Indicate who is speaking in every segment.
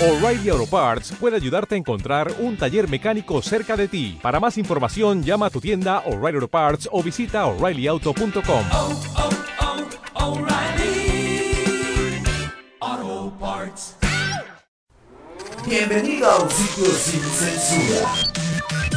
Speaker 1: O'Reilly Auto Parts puede ayudarte a encontrar un taller mecánico cerca de ti. Para más información, llama a tu tienda O'Reilly Auto Parts o visita oreillyauto.com.
Speaker 2: Bienvenido a un sitio sin censura.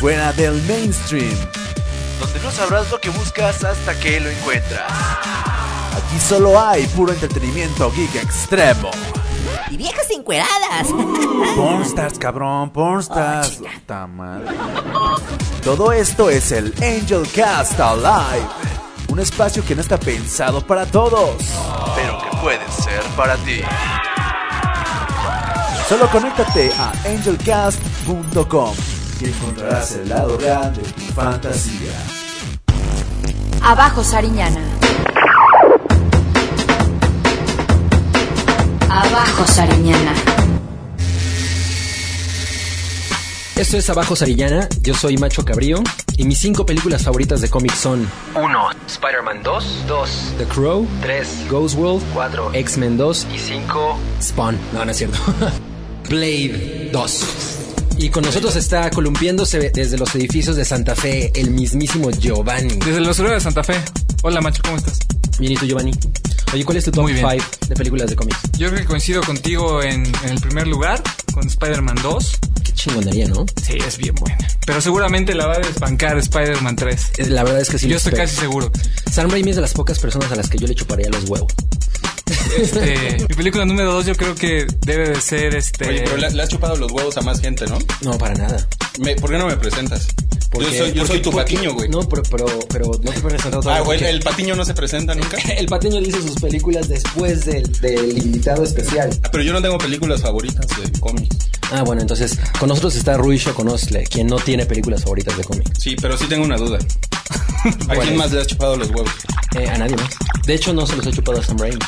Speaker 2: Fuera del mainstream. Donde no sabrás lo que buscas hasta que lo encuentras. Aquí solo hay puro entretenimiento geek extremo.
Speaker 3: Y viejas encueradas.
Speaker 2: Pornstars, cabrón,
Speaker 3: Ah,
Speaker 2: pornstars.
Speaker 3: chinga.
Speaker 2: Puta madre. Todo esto es el Angel Cast Alive. Un espacio que no está pensado para todos, pero que puede ser para ti. Solo conéctate a angelcast.com y encontrarás el lado real de tu fantasía.
Speaker 4: Abajo Sariñana. Abajo Sariñana.
Speaker 5: Esto es Abajo Sarillana, yo soy Macho Cabrío y mis cinco películas favoritas de cómics son
Speaker 6: 1. Spider-Man 2. 2.
Speaker 5: The Crow,
Speaker 6: 3.
Speaker 5: Ghost World,
Speaker 6: 4.
Speaker 5: X-Men 2
Speaker 6: Y 5.
Speaker 5: Spawn. No, no es cierto. Blade 2. Y con nosotros está columpiándose desde los edificios de Santa Fe el mismísimo Giovanni.
Speaker 7: Desde los héroes de Santa Fe. Hola, macho, ¿cómo estás?
Speaker 5: Bien, ¿y tú, Giovanni? Oye, ¿cuál es tu top
Speaker 7: Muy bien.
Speaker 5: 5 de películas de cómics?
Speaker 7: Yo creo que coincido contigo en, en el primer lugar con Spider-Man 2.
Speaker 5: Qué chingonería, ¿no?
Speaker 7: Sí, es bien buena. Pero seguramente la va a desbancar Spider-Man 3.
Speaker 5: Eh, La verdad es que sí.
Speaker 7: Yo
Speaker 5: lo
Speaker 7: estoy
Speaker 5: espero.
Speaker 7: casi seguro.
Speaker 5: Sam Raimi es de las pocas personas a las que yo le chuparía los huevos.
Speaker 7: Este, mi película número 2 yo creo que debe de ser este...
Speaker 8: Oye, pero le, le has chupado los huevos a más gente, ¿no?
Speaker 5: No, para nada.
Speaker 8: Me- ¿Por qué no me presentas?
Speaker 5: Porque-
Speaker 8: yo soy, yo
Speaker 5: porque-
Speaker 8: soy tu
Speaker 5: porque-
Speaker 8: patiño, güey.
Speaker 5: No, pero, pero, pero no te he presentado
Speaker 8: ah,
Speaker 5: todavía
Speaker 8: güey,
Speaker 5: porque-
Speaker 8: el patiño no se presenta nunca.
Speaker 5: El Patiño dice sus películas después del, del invitado especial.
Speaker 8: Ah, Pero yo no tengo películas favoritas de cómics.
Speaker 5: Ah, bueno, entonces con nosotros está Rui Shokonosle, quien no tiene películas favoritas de cómic.
Speaker 8: Sí, pero sí tengo una duda. ¿A
Speaker 5: ¿Cuál es?
Speaker 8: quién más le has chupado los huevos?
Speaker 5: Eh, a nadie más. De hecho, no se los he chupado a Sam Raimi,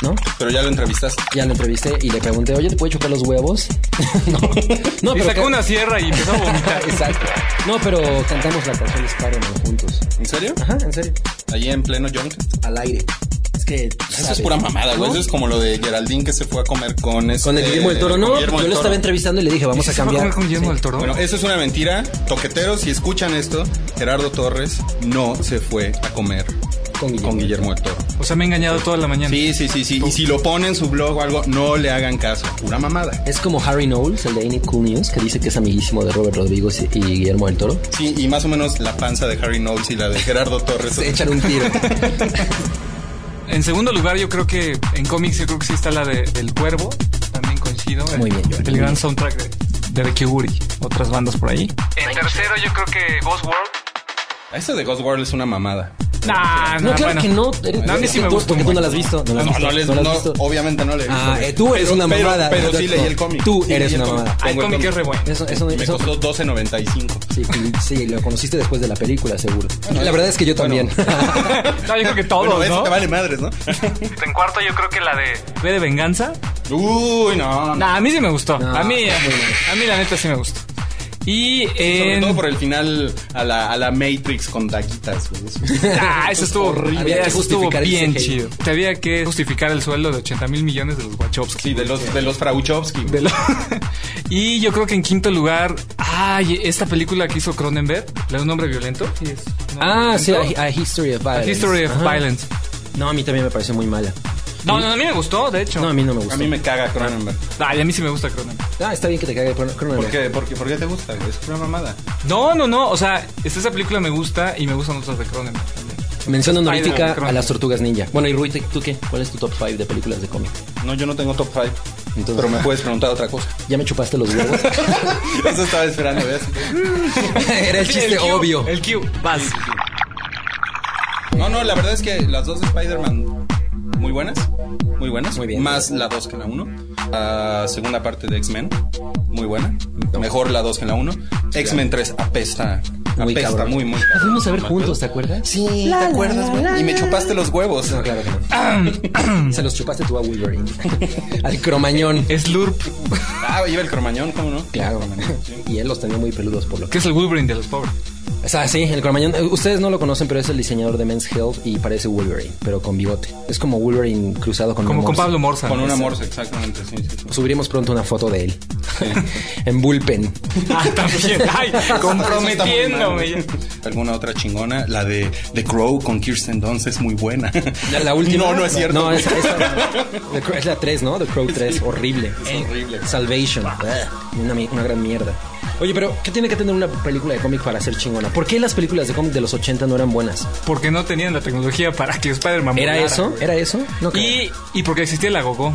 Speaker 8: ¿No?
Speaker 5: ¿no?
Speaker 8: Pero ya lo entrevistaste.
Speaker 5: Ya lo entrevisté y le pregunté, oye, ¿te puedo chupar los huevos? no, no,
Speaker 7: y sacó
Speaker 5: ca-
Speaker 7: una sierra y empezó a vomitar.
Speaker 5: Exacto. No, pero cantamos la canción de Spider-Man juntos.
Speaker 8: ¿En serio?
Speaker 5: Ajá, en serio.
Speaker 8: Allí en pleno Junket.
Speaker 5: Al aire. Es que.
Speaker 8: Pues Eso es pura mamada, güey.
Speaker 5: ¿No?
Speaker 8: Eso es como lo de Geraldine que se fue a comer con este,
Speaker 5: Con el Eh, Guillermo del Toro,
Speaker 8: con
Speaker 5: no.
Speaker 8: Guillermo
Speaker 5: Yo
Speaker 8: del
Speaker 5: lo
Speaker 8: Toro.
Speaker 5: estaba entrevistando y le dije, vamos a
Speaker 7: ¿Se fue
Speaker 5: cambiar.
Speaker 7: comer con Guillermo del Toro?
Speaker 8: Bueno, eso es una mentira. Toqueteros, si escuchan esto, Gerardo Torres no se fue a comer
Speaker 5: Con Guillermo.
Speaker 8: con Guillermo del Toro.
Speaker 7: O sea, me he engañado toda la mañana.
Speaker 8: Sí, sí, sí, sí. Y si lo pone en su blog o algo, no le hagan caso. Pura mamada.
Speaker 5: Es como Harry Knowles, el de Ain't It Cool News, que dice que es amiguísimo de Robert Rodríguez y y Guillermo del Toro.
Speaker 8: Sí, y más o menos la panza de Harry Knowles y la de Gerardo Torres.
Speaker 5: Se echan un tiro.
Speaker 7: En segundo lugar, yo creo que en cómics yo creo que sí está la de- del Cuervo. También coincido.
Speaker 5: Muy bien, Joel.
Speaker 7: El, el gran soundtrack de, de The Cure y otras bandas por ahí. En tercero, yo creo que Ghost World.
Speaker 8: Esa de Ghost World es una mamada.
Speaker 7: Nah,
Speaker 5: No,
Speaker 7: nah,
Speaker 5: claro
Speaker 7: bueno.
Speaker 5: que no. Eres-
Speaker 7: A mí sí me
Speaker 5: tú-
Speaker 7: gusta
Speaker 5: Porque
Speaker 7: un
Speaker 5: tú no
Speaker 7: buen.
Speaker 5: la has visto. No la has
Speaker 8: No,
Speaker 5: visto.
Speaker 8: no les,
Speaker 5: la has
Speaker 8: no,
Speaker 5: visto.
Speaker 8: obviamente no le he visto,
Speaker 5: Ah,
Speaker 8: güey.
Speaker 5: eh, tú eres
Speaker 8: Pero-
Speaker 5: una
Speaker 8: pero-
Speaker 5: mamada.
Speaker 8: Pero,
Speaker 5: Exacto.
Speaker 8: sí leí el cómic.
Speaker 5: Tú
Speaker 8: Sí,
Speaker 5: eres
Speaker 8: leí el
Speaker 5: una
Speaker 8: cómic.
Speaker 5: mamada.
Speaker 8: Tengo
Speaker 7: Ah, el cómic es
Speaker 8: cómic.
Speaker 7: re bueno.
Speaker 5: Eso, eso,
Speaker 8: Me
Speaker 5: eso-
Speaker 8: costó 12.95.
Speaker 5: Sí, sí, lo conociste después de la película, seguro. la verdad es que yo
Speaker 8: bueno.
Speaker 5: también.
Speaker 7: No, yo creo que todos,
Speaker 8: bueno, eso
Speaker 7: ¿no?
Speaker 8: te vale madres, ¿no?
Speaker 7: En cuarto, yo creo que la de B de Venganza.
Speaker 8: Uy, no. no.
Speaker 7: Nah, a mí sí me gustó.
Speaker 5: No,
Speaker 7: a mí,
Speaker 5: está muy bien.
Speaker 7: a mí la neta sí me gustó. Y
Speaker 8: Sobre
Speaker 7: en...
Speaker 8: todo por el final a la, a la Matrix con daguitas, güey. Eso-
Speaker 7: Ah, eso estuvo horrible.
Speaker 5: Había que
Speaker 7: eso estuvo
Speaker 5: justificar ese
Speaker 7: bien
Speaker 5: hate.
Speaker 7: chido. Te había que justificar el sueldo de 80 mil millones de los Wachowski.
Speaker 8: Sí, de los, de los Frauchowski.
Speaker 7: De lo- y yo creo que en quinto lugar, ay, esta película que hizo Cronenberg, la de un hombre violento. Sí, es un hombre
Speaker 5: ah, sí,
Speaker 7: violento.
Speaker 5: a, a History of Violence.
Speaker 7: A History of
Speaker 5: Ajá.
Speaker 7: Violence.
Speaker 5: No, a mí también me pareció muy mala.
Speaker 7: No, no, a mí me gustó, de hecho.
Speaker 5: No, a mí no me
Speaker 8: A
Speaker 5: gustó.
Speaker 8: mí me caga Cronenberg.
Speaker 7: Ay, a mí sí me gusta Cronenberg.
Speaker 5: Ah, está bien que te cague Cron- Cronenberg.
Speaker 8: ¿Por qué, por, qué, por qué te gusta? güey? Es una mamada.
Speaker 7: No, no, no, o sea, esta, esa película me gusta y me gustan otras de Cronenberg. también.
Speaker 5: Menciona honorífica
Speaker 7: Spider-Man.
Speaker 5: a las tortugas ninja. Bueno, y Rui, ¿tú qué? ¿Cuál es tu top 5 de películas de cómic?
Speaker 8: No, yo no tengo top 5.
Speaker 5: Entonces-
Speaker 8: Pero me puedes preguntar otra cosa.
Speaker 5: ¿Ya me chupaste los huevos?
Speaker 8: Eso estaba esperando, ¿ves?
Speaker 5: Era el
Speaker 7: Sí,
Speaker 5: chiste
Speaker 7: Q,
Speaker 5: obvio.
Speaker 7: El Q, vas.
Speaker 8: No, no, la verdad es que las dos de Spider-Man, muy buenas. Muy buenas.
Speaker 5: Muy bien.
Speaker 8: Más la 2 que la 1. La segunda parte de X-Men, muy buena. Mejor la 2 que la 1. X-Men 3 apesta.
Speaker 5: Muy
Speaker 8: apesta
Speaker 5: cabrón.
Speaker 8: muy, muy.
Speaker 5: La fuimos a ver juntos, ¿te acuerdas?
Speaker 8: Sí, ¿te acuerdas, güey? Y me chupaste los huevos.
Speaker 5: No, claro que no. Se los chupaste tú a Wolverine. Al cromañón.
Speaker 7: Slurp,
Speaker 8: Ah, iba el cromañón, ¿cómo no?
Speaker 5: Claro. Y él los tenía muy peludos por lo que.
Speaker 7: que es el Wolverine de los pobres.
Speaker 5: O sea, sí, el Cromañón. eh, Ustedes no lo conocen, pero es el diseñador de Men's Health y parece Wolverine, pero con bigote. Es como Wolverine cruzado con
Speaker 7: Como
Speaker 5: una
Speaker 7: con
Speaker 5: morsa.
Speaker 7: Pablo Morza.
Speaker 8: Con una morsa, exactamente. Sí, sí, sí.
Speaker 5: Subiremos pronto una foto de él. en bullpen.
Speaker 7: Ah, también. Ay,
Speaker 8: Eso
Speaker 7: comprometiéndome.
Speaker 8: está muy mal. Alguna otra chingona, la de The Crow con Kirsten Dunst es muy buena.
Speaker 5: La, la última.
Speaker 8: No, no es cierto.
Speaker 5: No, es, es la, The Crow- es la 3, ¿no? The Crow 3. Horrible.
Speaker 8: Es horrible.
Speaker 5: Salvation.
Speaker 7: Ah.
Speaker 5: Ugh, Una, mi- una gran mierda. Oye, pero ¿qué tiene que tener una película de cómic para ser chingona? ¿Por qué las películas de cómic de los 80 no eran buenas?
Speaker 7: Porque no tenían la tecnología para que Spider-Man
Speaker 5: ¿Era
Speaker 7: volara,
Speaker 5: eso?
Speaker 7: güey.
Speaker 5: ¿Era eso? No creo.
Speaker 7: Y, y porque existía el agogó.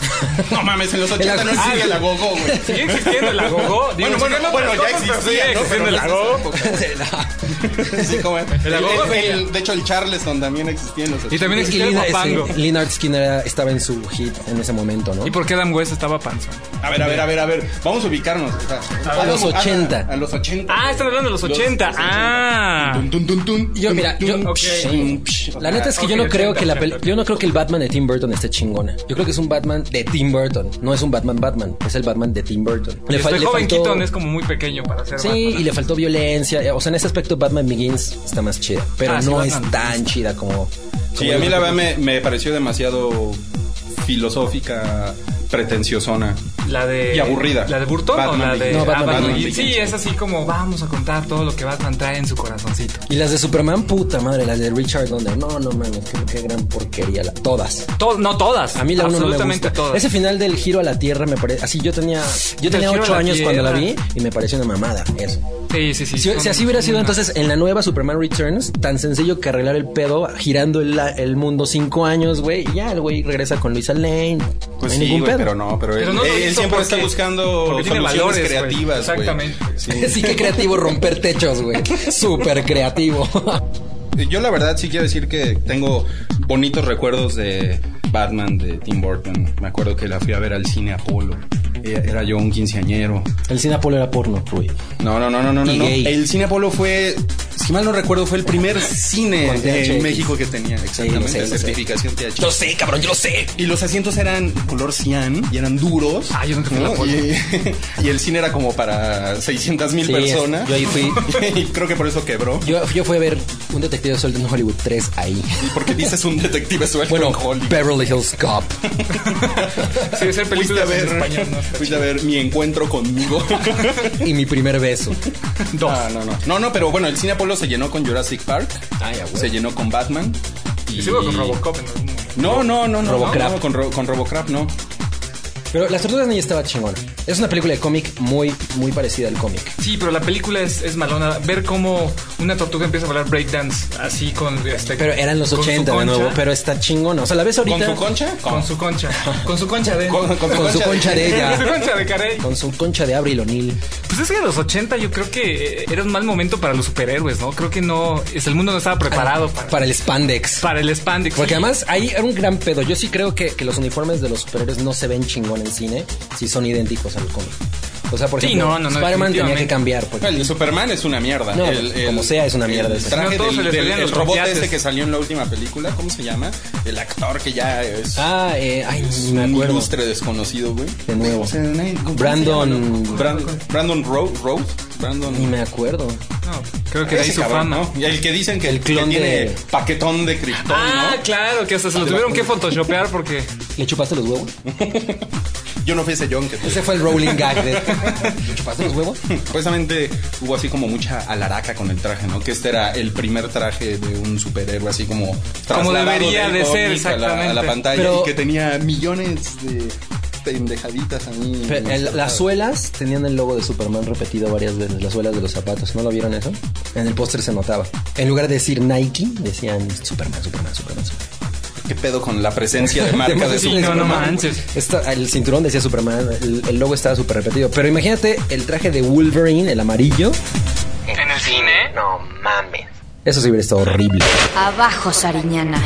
Speaker 8: No mames, en los 80 no existía la gogo, güey.
Speaker 7: Sigue existiendo el agogó. Digo,
Speaker 8: Bueno, bueno,
Speaker 7: ¿por qué no
Speaker 8: bueno, ya
Speaker 7: tratamos, pero
Speaker 8: existía,
Speaker 7: sigue
Speaker 8: ¿no?
Speaker 7: existiendo
Speaker 8: Pero
Speaker 7: el agogó.
Speaker 8: Sí, como el,
Speaker 7: El agogo
Speaker 8: el-
Speaker 7: sería.
Speaker 8: el- De hecho, el Charleston también existía en los
Speaker 7: Y
Speaker 8: 80.
Speaker 7: también
Speaker 5: Y
Speaker 7: existía el
Speaker 5: Lina- ese-
Speaker 7: papango.
Speaker 5: Lynyrd Skinner era- estaba en su hit en ese momento, ¿no?
Speaker 7: ¿Y por qué Adam West estaba panzón?
Speaker 8: A ver, a ver, a ver, a ver. Vamos a ubicarnos. o sea,
Speaker 5: A los
Speaker 8: vamos
Speaker 5: 80.
Speaker 8: A, a los 80.
Speaker 7: Ah, están hablando de los 80. Ah.
Speaker 8: Tun, tun, tun, tun,
Speaker 5: Yo,
Speaker 8: tun,
Speaker 5: mira, yo,
Speaker 8: tun,
Speaker 7: ok.
Speaker 8: tun, psh.
Speaker 5: La neta es que yo no
Speaker 7: Ok,
Speaker 5: creo que la
Speaker 7: 80,
Speaker 5: pel- yo no creo que el Batman de Tim Burton esté chingona. Yo creo que es un Batman de Tim Burton, no es un Batman Batman, es el Batman de Tim Burton. Le fal-
Speaker 7: Este
Speaker 5: le
Speaker 7: joven
Speaker 5: faltó-
Speaker 7: Keaton es como muy pequeño para ser Batman.
Speaker 5: Sí, y le faltó violencia, eh, o sea, en ese aspecto Batman Begins está más chida, pero
Speaker 7: Ah, sí,
Speaker 5: no es
Speaker 7: Batman
Speaker 5: tan chida como
Speaker 8: Sí,
Speaker 5: como
Speaker 8: a mí
Speaker 5: yo
Speaker 8: la
Speaker 5: creo
Speaker 8: verdad me, me pareció demasiado filosófica, pretenciosona.
Speaker 7: La de.
Speaker 8: Y aburrida.
Speaker 7: ¿La de Burton
Speaker 8: Batman
Speaker 7: o la de.?
Speaker 8: Begins.
Speaker 5: No, Batman
Speaker 7: Begins.
Speaker 8: Begins.
Speaker 7: Sí, es así como vamos a contar todo lo que Batman trae en su corazoncito.
Speaker 5: que- Y las de Superman, puta madre, las de Richard Donner. No, no mames, qué, qué gran porquería. la- Todas.
Speaker 7: To- no todas.
Speaker 5: A mí la uno no me
Speaker 7: Absolutamente
Speaker 5: gusta.
Speaker 7: todas.
Speaker 5: Ese final del giro a la Tierra me parece así yo tenía yo
Speaker 7: Del
Speaker 5: tenía
Speaker 7: giro a
Speaker 5: 8
Speaker 7: la
Speaker 5: años cuando la vi
Speaker 7: Tierra.
Speaker 5: y me pareció una mamada eso.
Speaker 7: Sí, sí, sí.
Speaker 5: Si,
Speaker 7: son-
Speaker 5: si así hubiera sido entonces en la nueva Superman Returns, tan sencillo que arreglar el pedo girando el, el mundo cinco años, güey, y ya el güey regresa con Luisa Lane.
Speaker 8: Pues
Speaker 5: no hay
Speaker 8: sí,
Speaker 5: ningún
Speaker 8: güey,
Speaker 5: pedo.
Speaker 8: pero no, pero,
Speaker 7: Pero
Speaker 8: él,
Speaker 7: no lo
Speaker 8: él
Speaker 7: hizo
Speaker 8: siempre está
Speaker 7: porque-
Speaker 8: buscando
Speaker 7: porque tiene
Speaker 8: soluciones
Speaker 7: valores, güey.
Speaker 8: creativas, güey.
Speaker 7: Exactamente.
Speaker 5: Sí, qué creativo romper techos, güey. Súper creativo.
Speaker 8: Yo la verdad sí quiero decir que tengo bonitos recuerdos de Batman, de Tim Burton. Me acuerdo que la fui a ver al cine Apolo. Eh, Era yo un quinceañero.
Speaker 5: El cine Apolo era porno, güey.
Speaker 8: No, no, no, no, no, no.
Speaker 5: Y
Speaker 8: no.
Speaker 5: gay.
Speaker 8: El cine Apolo fue, si mal no recuerdo, fue el primer cine
Speaker 5: Con THX.
Speaker 8: en México que tenía. Exactamente,
Speaker 5: Sí, lo sé, lo sé.
Speaker 8: certificación THX.
Speaker 5: Yo sé, cabrón, yo sé.
Speaker 8: Y los asientos eran color cian y eran duros.
Speaker 7: Ah, yo nunca fui a la Apolo.
Speaker 8: y, y el cine era como para 600 mil
Speaker 5: Sí,
Speaker 8: personas.
Speaker 5: yo ahí fui.
Speaker 8: y creo que por eso quebró.
Speaker 5: Yo, yo fui a ver un detective suelto en Hollywood 3 ahí.
Speaker 8: Porque dices un detective suelto
Speaker 5: Bueno,
Speaker 8: en Hollywood.
Speaker 5: Beverly Hills Cop.
Speaker 7: Sí, debe ser
Speaker 8: Fuiste a
Speaker 7: películas en
Speaker 8: ver,
Speaker 7: español. ¿no? Está
Speaker 8: fuiste a ver mi encuentro conmigo.
Speaker 5: Y mi primer beso.
Speaker 8: Ah, no, no. No, no, pero bueno, el cine Apolo se llenó con Jurassic Park. se llenó con Batman.
Speaker 7: chido. Y sigo con Robocop en algún momento.
Speaker 8: No, no, no, no.
Speaker 5: Robocrap.
Speaker 8: no, no, con, Ro- con Robocrap, no.
Speaker 5: Pero Las Tortugas Ninja estaba chingona. Es una película de cómic muy, muy parecida al cómic.
Speaker 7: Sí, pero la película es, es malona. Ver cómo una tortuga empieza a bailar breakdance así con este.
Speaker 5: Pero eran los
Speaker 7: con su
Speaker 5: 80 de
Speaker 7: concha.
Speaker 5: nuevo, pero está chingona. O sea, la ves
Speaker 8: ¿Con
Speaker 5: ahorita.
Speaker 8: su concha?
Speaker 7: Con su concha. Con su concha de.
Speaker 8: Con, con
Speaker 5: con su concha de
Speaker 7: Con su
Speaker 5: ella.
Speaker 7: concha de Carey.
Speaker 5: Con su concha de Abril O'Neill.
Speaker 7: Pues es que en los 80 yo creo que eh, era un mal momento para los superhéroes, ¿no? Creo que no. es- El mundo no estaba preparado para, para,
Speaker 5: Para el spandex.
Speaker 7: el spandex.
Speaker 5: Porque
Speaker 7: Sí.
Speaker 5: además ahí era un gran pedo. Yo sí creo que, que los uniformes de los superhéroes no se ven chingón en cine si son idénticos al cómic. O sea, por
Speaker 7: Sí,
Speaker 5: ejemplo,
Speaker 7: no, no, no,
Speaker 5: Spider-Man tenía que
Speaker 7: definitivamente.
Speaker 5: cambiar. porque-
Speaker 8: El Superman es una mierda.
Speaker 5: No, pues,
Speaker 8: El- el-
Speaker 5: como sea, es una mierda
Speaker 8: El
Speaker 5: ese.
Speaker 7: No,
Speaker 8: traje
Speaker 7: todos
Speaker 8: del,
Speaker 7: se les
Speaker 8: del-
Speaker 7: veían
Speaker 8: el
Speaker 7: los
Speaker 8: robot
Speaker 7: copiates.
Speaker 8: este que salió en la última película, ¿cómo se llama? El actor que ya es
Speaker 5: Ah, eh, ay, ni me
Speaker 8: un
Speaker 5: acuerdo.
Speaker 8: ilustre desconocido, güey.
Speaker 5: De nuevo.
Speaker 8: O sea, nadie- ¿cómo se
Speaker 5: Brandon-
Speaker 8: llama? Brandon, Brandon Ro- Rose. Brandon.
Speaker 5: Ni me acuerdo.
Speaker 7: No, creo que de ahí
Speaker 8: Ese
Speaker 7: su
Speaker 8: cabrón,
Speaker 7: fama.
Speaker 8: ¿no? Y el que dicen que,
Speaker 5: El clon
Speaker 8: que tiene
Speaker 5: de-
Speaker 8: paquetón de criptón,
Speaker 7: Ah,
Speaker 8: ¿no?
Speaker 7: claro, que hasta se lo tuvieron que photoshopear porque.
Speaker 5: ¿Le chupaste los huevos?
Speaker 8: Yo no fui ese John que te-
Speaker 5: Ese fue el rolling gag de... ¿Le chupaste los huevos?
Speaker 8: Precisamente hubo así como mucha alaraca con el traje, ¿no? Que este era el primer traje de un superhéroe, así como trasladado
Speaker 7: debería
Speaker 8: del
Speaker 7: de ser,
Speaker 8: cómic a la, a la
Speaker 7: exactamente.
Speaker 8: pantalla
Speaker 5: Pero-
Speaker 8: y que tenía millones de pendejaditas a mí.
Speaker 5: Pero el- las suelas tenían el logo de Superman repetido varias veces, las suelas de los zapatos. ¿No lo vieron eso? En el póster se notaba. En lugar de decir Nike, decían Superman, Superman, Superman. Superman.
Speaker 8: ¿Qué pedo con la presencia de marca de
Speaker 5: Sí,
Speaker 8: Superman?
Speaker 7: no, no manches.
Speaker 5: Esta- el cinturón decía Superman, el, el logo estaba súper repetido. Pero imagínate el traje de Wolverine, el amarillo.
Speaker 6: ¿En el cine? No mames.
Speaker 5: Eso sí hubiera estado horrible.
Speaker 4: Abajo, Sariñana.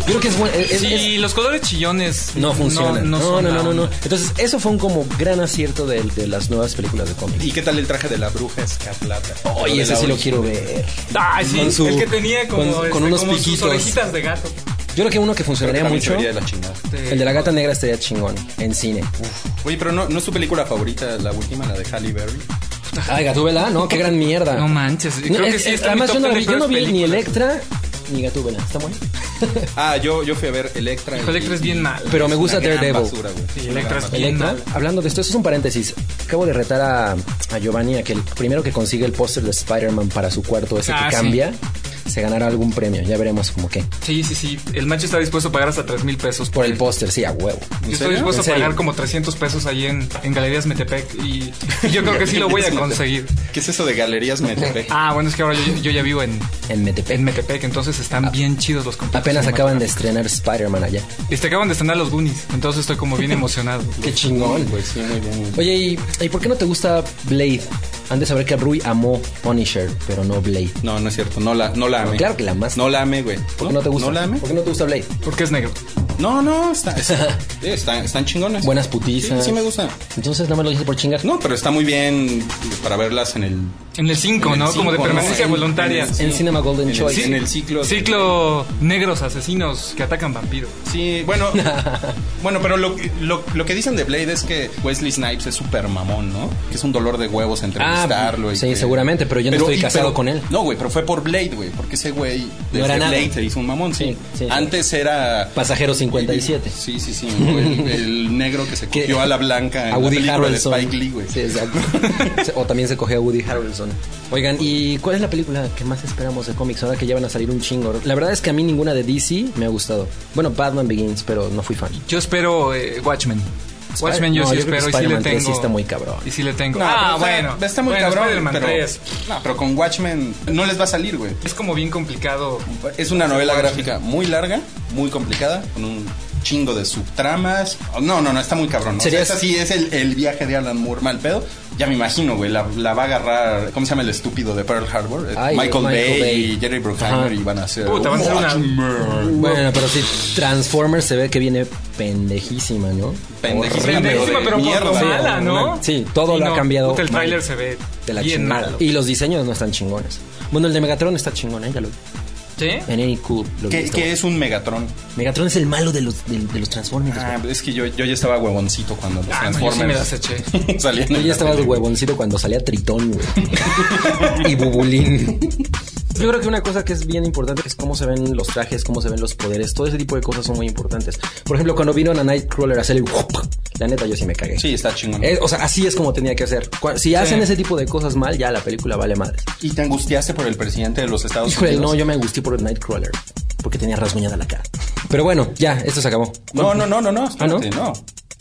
Speaker 5: Yo creo que es bueno. es- es-
Speaker 7: Sí, los colores chillones.
Speaker 5: no funciona. No, no,
Speaker 7: son
Speaker 5: no,
Speaker 7: la
Speaker 5: no, no,
Speaker 7: onda.
Speaker 5: Entonces, eso fue un como gran acierto de, de las nuevas películas de cómics.
Speaker 8: ¿Y qué tal el traje de la bruja escarlata?
Speaker 5: Oye,
Speaker 8: De
Speaker 5: ese
Speaker 8: la
Speaker 5: sí lo
Speaker 8: ori-
Speaker 5: quiero ver.
Speaker 7: Ay, sí,
Speaker 5: Con su-
Speaker 7: el que tenía como,
Speaker 5: con-
Speaker 7: este,
Speaker 5: con unos
Speaker 7: como sus
Speaker 5: piquitos.
Speaker 7: orejitas de gato.
Speaker 5: Yo creo que uno que
Speaker 8: Creo que
Speaker 5: funcionaría
Speaker 8: también se
Speaker 5: mucho.
Speaker 8: vería de la chingada.
Speaker 5: El de la gata negra estaría chingón en cine.
Speaker 8: Oye, pero no, no es tu película favorita, la última, la de Halle Berry.
Speaker 5: Ay, Gatúbela, no, qué gran mierda.
Speaker 7: No manches, creo que sí está en mi
Speaker 5: además,
Speaker 7: top
Speaker 5: yo no,
Speaker 7: ten de
Speaker 5: vi- yo no vi
Speaker 7: peores
Speaker 5: ni
Speaker 7: películas.
Speaker 5: Electra ni Gatúbela. Está bueno.
Speaker 8: Ah, yo, yo fui a ver Electra.
Speaker 7: Hijo, Electra es bien mal.
Speaker 5: Pero me gusta
Speaker 8: una gran
Speaker 5: Daredevil.
Speaker 8: basura, güey. Es una
Speaker 7: Electra
Speaker 8: gran
Speaker 7: es bien
Speaker 5: Electra,
Speaker 7: mal.
Speaker 5: hablando de esto, esto es un paréntesis. Acabo de retar a, a Giovanni a que el primero que consigue el póster de Spider-Man para su cuarto, ese
Speaker 7: Ah,
Speaker 5: que
Speaker 7: sí.
Speaker 5: cambia, se ganará algún premio. Ya veremos como qué.
Speaker 7: Sí, sí, sí. El macho está dispuesto a pagar hasta 3 mil pesos
Speaker 5: Por el póster, sí, a huevo.
Speaker 7: Yo
Speaker 8: serio?
Speaker 7: estoy dispuesto
Speaker 5: ¿En
Speaker 7: a
Speaker 5: serio?
Speaker 7: pagar como 300 pesos ahí en, en Galerías Metepec y, y yo creo que sí lo voy a conseguir.
Speaker 8: ¿Qué es eso de galerías Metepec?
Speaker 7: Ah, bueno, es que ahora yo, yo ya vivo en,
Speaker 5: En Metepec.
Speaker 7: en Metepec, entonces están bien chidos los completos.
Speaker 5: Apenas acaban de estrenar Spider-Man allá.
Speaker 7: Y te acaban de estrenar los Goonies, entonces estoy como bien emocionado.
Speaker 5: Qué chingón.
Speaker 8: Pues sí, muy bien.
Speaker 5: Oye, ¿y, ¿y por qué no te gusta Blade? Antes de saber que Rui amó Punisher, pero no Blade.
Speaker 8: No, no es cierto. No la, no la amé.
Speaker 5: Claro que la amaste.
Speaker 8: No la amé, güey.
Speaker 5: ¿Por qué no, te gusta?
Speaker 8: ¿No la amé?
Speaker 5: ¿Por qué no te gusta Blade?
Speaker 7: Porque es negro.
Speaker 8: No, no, está, está- sí, están, están chingones.
Speaker 5: Buenas putizas.
Speaker 8: Sí, sí me gusta.
Speaker 5: Entonces no me lo dices por chingar.
Speaker 8: No, pero está muy bien para verlas en el...
Speaker 7: En el 5,
Speaker 8: en el
Speaker 7: ¿no? como de
Speaker 8: cinco,
Speaker 7: permanencia
Speaker 8: En-
Speaker 7: voluntaria.
Speaker 8: el-
Speaker 5: En Cinema Golden
Speaker 8: en el-
Speaker 5: Choice.
Speaker 8: en el ciclo. de-
Speaker 7: Ciclo negros asesinos que atacan vampiros.
Speaker 8: Sí, bueno, bueno, pero lo, lo, lo que dicen de Blade es que Wesley Snipes es súper mamón, ¿no? Que es un dolor de huevos entrevistarlo. y
Speaker 5: Ah, sí,
Speaker 8: que-
Speaker 5: seguramente, pero yo no estoy
Speaker 8: y-
Speaker 5: casado con él.
Speaker 8: No, güey, pero fue por Blade, güey, porque ese güey desde
Speaker 5: era nada.
Speaker 8: Blade se hizo un mamón, sí.
Speaker 5: Sí, sí, sí.
Speaker 8: Antes era...
Speaker 5: Pasajero 57.
Speaker 8: Sí, sí, sí, güey, el, el negro que se
Speaker 5: Que-
Speaker 8: cogió a la blanca en
Speaker 5: a Woody
Speaker 8: la película
Speaker 5: Harrelson.
Speaker 8: de Spike Lee, güey.
Speaker 5: Sí, exacto. o también se coge a Woody Harrelson. Oigan, ¿y cuál es la película que más esperamos de cómics ahora que ya van a salir un chingo? La verdad es que a mí ninguna de DC me ha gustado. Bueno, Batman Begins, pero no fui fan.
Speaker 7: Yo espero eh, Watchmen. Watchmen yo
Speaker 5: No,
Speaker 7: sí
Speaker 5: yo creo
Speaker 7: espero
Speaker 5: que
Speaker 7: y sí le
Speaker 5: Spider-Man tres
Speaker 7: tengo.
Speaker 5: sí está muy cabrón.
Speaker 7: Y sí le tengo.
Speaker 8: No,
Speaker 7: ah,
Speaker 8: pero está-
Speaker 7: bueno.
Speaker 8: Está muy
Speaker 7: Bueno,
Speaker 8: cabrón,
Speaker 7: Spider-Man
Speaker 8: pero,
Speaker 7: 3.
Speaker 8: no, pero con Watchmen no les va a salir, güey.
Speaker 7: Es como bien complicado.
Speaker 8: Es una novela gráfica muy larga, muy complicada, con un chingo de subtramas. No, no, no, está muy cabrón. ¿no? O sea,
Speaker 5: Serías-
Speaker 8: esa sí es el, el viaje de Alan Moore mal pedo. Ya me imagino, güey, la, la va a agarrar, ¿cómo se llama el estúpido de Pearl Harbor? Eh,
Speaker 5: Ay,
Speaker 8: Michael,
Speaker 5: Michael
Speaker 8: Bay,
Speaker 5: Bay.
Speaker 8: y Jerry Bruckheimer
Speaker 5: Ajá.
Speaker 8: y van a hacer...
Speaker 7: Puta, van a hacer una-
Speaker 8: Watchmen.
Speaker 5: Bueno, pero sí, Transformers se ve que viene pendejísima, ¿no?
Speaker 8: Pendejísima,
Speaker 5: Horrible.
Speaker 7: Pendejísima,
Speaker 8: de
Speaker 7: pero como
Speaker 8: mierda.
Speaker 7: mala, ¿no?
Speaker 5: Sí, todo lo ha
Speaker 7: no,
Speaker 5: cambiado
Speaker 7: puta, el
Speaker 5: mal.
Speaker 7: tráiler se ve
Speaker 5: De la
Speaker 7: bien
Speaker 5: chingada.
Speaker 7: malo.
Speaker 5: Y los diseños no están chingones. Bueno, el de Megatron está chingón, ¿eh? Ya lo vi.
Speaker 7: ¿Sí?
Speaker 8: Eh,
Speaker 5: En Any Cool lo vi,
Speaker 8: ¿Qué,
Speaker 5: está
Speaker 8: qué
Speaker 5: bueno.
Speaker 8: es un Megatron?
Speaker 5: Megatron es el malo de los, de, de los Transformers.
Speaker 8: Ah, es que yo, yo ya estaba huevoncito cuando los
Speaker 7: Ah, no, yo
Speaker 8: Transformers
Speaker 7: sí me las eché.
Speaker 8: salían.
Speaker 5: Yo
Speaker 8: en
Speaker 5: ya
Speaker 8: la
Speaker 5: estaba el
Speaker 8: tele.
Speaker 5: huevoncito cuando salía Tritón, güey. y Bubulín. Yo creo que una cosa que es bien importante es cómo se ven los trajes, cómo se ven los poderes. Todo ese tipo de cosas son muy importantes. Por ejemplo, cuando vieron a Nightcrawler hacer el... whoop, La neta, yo sí me cagué.
Speaker 8: Sí, está chingón.
Speaker 5: Eh, o sea, así es como tenía que hacer. Cua- Si hacen ese tipo de cosas mal, ya la película vale madres.
Speaker 8: ¿Y te angustiaste por el presidente de los Estados
Speaker 5: Híjole,
Speaker 8: Unidos?
Speaker 5: no, yo me gusté por Nightcrawler. Porque tenía rasguñada la cara. Pero bueno, ya, esto se acabó.
Speaker 8: No, no, no, no, no, espérate,
Speaker 5: Ah, ¿no?
Speaker 8: no.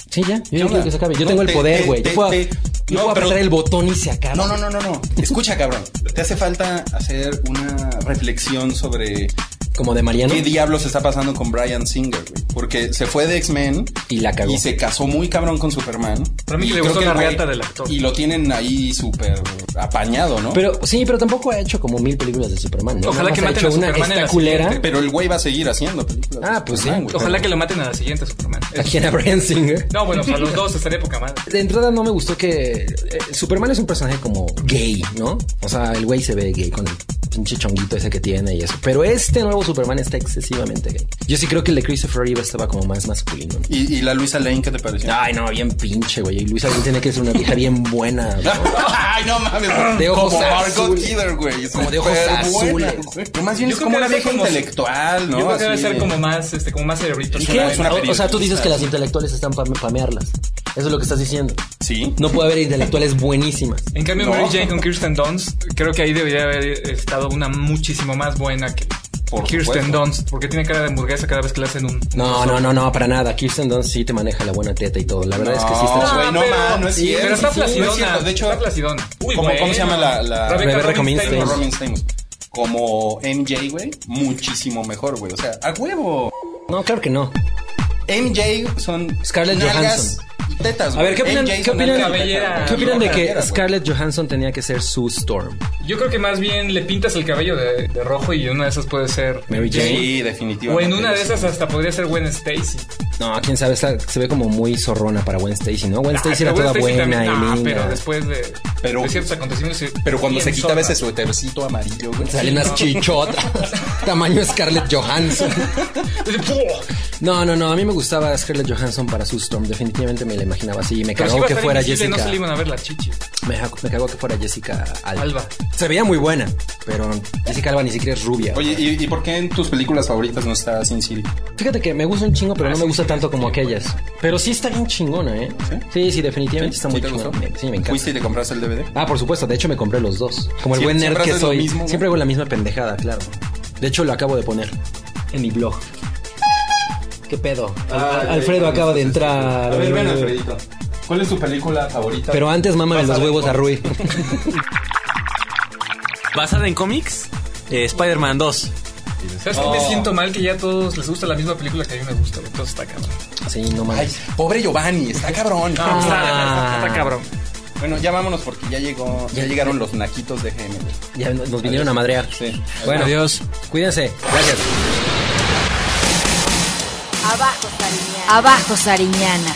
Speaker 5: Sí, ya. Yo ya
Speaker 8: ¿Qué
Speaker 5: quiero
Speaker 8: onda?
Speaker 5: que se acabe. Yo
Speaker 8: No,
Speaker 5: tengo el
Speaker 8: te-
Speaker 5: poder,
Speaker 8: te-
Speaker 5: güey. Yo
Speaker 8: te-
Speaker 5: puedo, yo
Speaker 8: te-
Speaker 5: puedo
Speaker 8: no, pero-
Speaker 5: apretar el botón y se acaba.
Speaker 8: No, no, no, no, no. Escucha, cabrón. Te hace falta hacer una reflexión
Speaker 5: ¿Eh,
Speaker 8: sobre
Speaker 5: Como de Mariano.
Speaker 8: qué diablos está pasando con Brian Singer, güey. Porque se fue de X-Men
Speaker 5: Y la cagó.
Speaker 8: y se casó muy cabrón con Superman.
Speaker 7: Pero a mí
Speaker 8: Y
Speaker 7: que le
Speaker 8: creo
Speaker 7: gustó
Speaker 8: el
Speaker 7: la
Speaker 8: güey-
Speaker 7: reata del actor.
Speaker 8: Y lo tienen ahí súper apañado, ¿no? Pero,
Speaker 5: Pero sí, pero tampoco ha hecho como mil películas de Superman. ¿no? Nada
Speaker 7: Ojalá
Speaker 5: más
Speaker 7: que
Speaker 5: ha
Speaker 7: maten
Speaker 5: hecho
Speaker 7: a
Speaker 5: una
Speaker 7: Superman en
Speaker 5: esta
Speaker 7: la
Speaker 5: culera.
Speaker 7: siguiente.
Speaker 8: el güey va a seguir haciendo películas. de
Speaker 5: ¿eh? Ah, pues sí.
Speaker 8: Superman, güey.
Speaker 7: Ojalá que lo maten a la siguiente Superman.
Speaker 5: ¿A quién? A Brian Singer.
Speaker 7: No, bueno, para los dos estaría poca madre.
Speaker 5: De entrada no me gustó que eh, Superman es un personaje como gay, ¿no? O sea, el güey se ve gay con el pinche chonguito ese que tiene y eso. Pero este nuevo Superman está excesivamente gay. Yo sí creo que el de Christopher Reeve estaba como más masculino.
Speaker 8: ¿Y, y la Luisa Lane, ¿qué te pareció?
Speaker 5: Ay, no, bien pinche, güey. Y Luisa Lane tiene que ser una vieja bien buena. ¿no?
Speaker 8: Ay, no mames.
Speaker 5: De ojos
Speaker 8: como Margot
Speaker 5: azules.
Speaker 8: Kidder, güey.
Speaker 5: Como de ojos
Speaker 8: Superbuena,
Speaker 5: azules.
Speaker 8: güey. Pero más bien
Speaker 7: Yo
Speaker 8: es
Speaker 7: creo
Speaker 8: como
Speaker 7: que
Speaker 8: una
Speaker 7: debe
Speaker 8: vieja
Speaker 7: ser como-
Speaker 8: intelectual, ¿no?
Speaker 7: Yo creo que debe
Speaker 8: Así-
Speaker 7: ser como más, este, como más cerebrito.
Speaker 5: ¿Y
Speaker 8: Es una-
Speaker 5: qué?
Speaker 8: es una
Speaker 5: o, o sea, tú dices
Speaker 8: periodista.
Speaker 5: que las intelectuales están para pamearlas. Eso es lo que estás diciendo.
Speaker 8: Sí.
Speaker 5: No puede haber intelectuales buenísimas.
Speaker 7: En cambio,
Speaker 8: No.
Speaker 7: Mary Jane con Kirsten Dunst, creo que ahí debería haber estado una muchísimo más buena que
Speaker 8: Por
Speaker 7: Kirsten
Speaker 8: supuesto.
Speaker 7: Dunst, porque tiene cara de hamburguesa cada vez que le hacen un.
Speaker 5: No, no, no, no, para nada. Kirsten Dunst sí te maneja la buena teta y todo. La verdad es que sí
Speaker 8: No,
Speaker 5: está...
Speaker 8: Ah, güey, no, ma, no es
Speaker 7: sí,
Speaker 8: cierto.
Speaker 7: Pero está
Speaker 8: Sí, no es
Speaker 7: placidona.
Speaker 8: cierto, de hecho-
Speaker 7: está placidona. Uy,
Speaker 8: ¿Cómo,
Speaker 7: güey.
Speaker 8: ¿Cómo se llama la, la
Speaker 7: Rebeca
Speaker 5: Rebeca
Speaker 7: Romijn
Speaker 5: Romijn
Speaker 7: Stamos.
Speaker 5: Stamos.
Speaker 8: Robin Stamos? Como MJ, güey, muchísimo mejor, güey. O sea, a huevo.
Speaker 5: No, claro que no.
Speaker 8: MJ son
Speaker 5: Scarlett
Speaker 8: nalgas y tetas,
Speaker 5: A ver, ¿qué
Speaker 8: güey.
Speaker 5: opinan,
Speaker 8: MJ
Speaker 5: ¿qué
Speaker 8: son
Speaker 5: opinan-
Speaker 8: nalgas y
Speaker 7: cabellera.
Speaker 8: tetas,
Speaker 5: qué
Speaker 8: güey.
Speaker 5: opinan de
Speaker 8: Cualquiera,
Speaker 5: que
Speaker 8: güey.
Speaker 5: Scarlett Johansson tenía que ser Sue Storm?
Speaker 7: Yo creo que más bien le pintas el cabello de, de rojo y una de esas puede ser
Speaker 5: Mary Jane.
Speaker 8: Sí, definitivamente.
Speaker 7: O en una de esas hasta podría ser Gwen Stacy.
Speaker 5: No, quién sabe, está- se ve como muy zorrona para Gwen Stacy, ¿no? Gwen Stacy
Speaker 7: Ah,
Speaker 5: era
Speaker 7: pero
Speaker 5: toda
Speaker 7: Gwen Stacy
Speaker 5: buena
Speaker 7: también,
Speaker 5: y
Speaker 7: ah,
Speaker 5: linda.
Speaker 7: Pero después de,
Speaker 8: Pero-
Speaker 7: de ciertos acontecimientos. sí,
Speaker 8: Pero cuando se
Speaker 7: bien
Speaker 8: quitaba
Speaker 7: zorra.
Speaker 8: ese suétercito amarillo, güey.
Speaker 5: Salen unas chichotas. Tamaño Scarlett Johansson. No, no, no. A mí me gustaba Scarlett Johansson para Sue Storm. Definitivamente me la imaginaba así. Y me
Speaker 7: Pero sí
Speaker 5: cagó
Speaker 7: iba a
Speaker 5: que
Speaker 7: estar
Speaker 5: fuera
Speaker 7: invisible,
Speaker 5: Jessica.
Speaker 7: No se le iban a ver las chichis.
Speaker 5: Me, ja- me cagó que fuera Jessica Alba.
Speaker 7: Alba.
Speaker 5: Se veía muy buena, pero Jessica Alba ni siquiera es rubia.
Speaker 8: Oye, ¿y, y por qué en tus películas favoritas no está Sin City?
Speaker 5: Fíjate que me gusta un chingo, pero
Speaker 8: Ah,
Speaker 5: no me gusta tanto como aquellas. Pero sí está bien chingona, ¿eh?
Speaker 8: ¿Sí?
Speaker 5: Sí, sí, definitivamente está
Speaker 8: ¿Sí
Speaker 5: muy
Speaker 8: te
Speaker 5: chingona.
Speaker 8: gustó?
Speaker 5: Me- Sí, me encanta.
Speaker 8: ¿Fuiste y te compraste el DVD?
Speaker 5: Ah, por supuesto. De hecho, me compré los dos. Como el
Speaker 8: Sie-
Speaker 5: buen nerd
Speaker 8: siempre
Speaker 5: que
Speaker 8: haces lo
Speaker 5: soy.
Speaker 8: mismo, ¿no?
Speaker 5: Siempre hago la misma pendejada, claro. De hecho, lo acabo de poner en mi blog. ¿Qué pedo? Al-
Speaker 8: Ah,
Speaker 5: Al-
Speaker 8: ya,
Speaker 5: Alfredo
Speaker 8: ya,
Speaker 5: acaba
Speaker 8: ya,
Speaker 5: de
Speaker 8: ya, ya, ya.
Speaker 5: entrar.
Speaker 8: A ver, ven, Alfredito. ¿Cuál es tu película favorita?
Speaker 5: Pero antes, mámame los
Speaker 8: Basada en
Speaker 5: huevos a
Speaker 8: cómics.
Speaker 5: Rui.
Speaker 9: Basada en cómics, eh, Spider-Man 2.
Speaker 7: ¿Sabes que
Speaker 5: Oh.
Speaker 7: me siento mal que ya a todos les gusta la misma película que a mí me gusta? güey? Entonces está cabrón.
Speaker 5: sí, no
Speaker 8: Ay,
Speaker 5: mames.
Speaker 8: pobre Giovanni, está cabrón.
Speaker 7: Ah. Está, está cabrón.
Speaker 8: Bueno, ya vámonos porque ya llegó, ya llegaron los naquitos de GM.
Speaker 5: Ya nos vinieron a madrear.
Speaker 8: Sí.
Speaker 5: Bueno,
Speaker 9: Adiós.
Speaker 5: cuídense. Gracias.
Speaker 3: Abajo, Sariñana.
Speaker 4: Abajo Sariñana.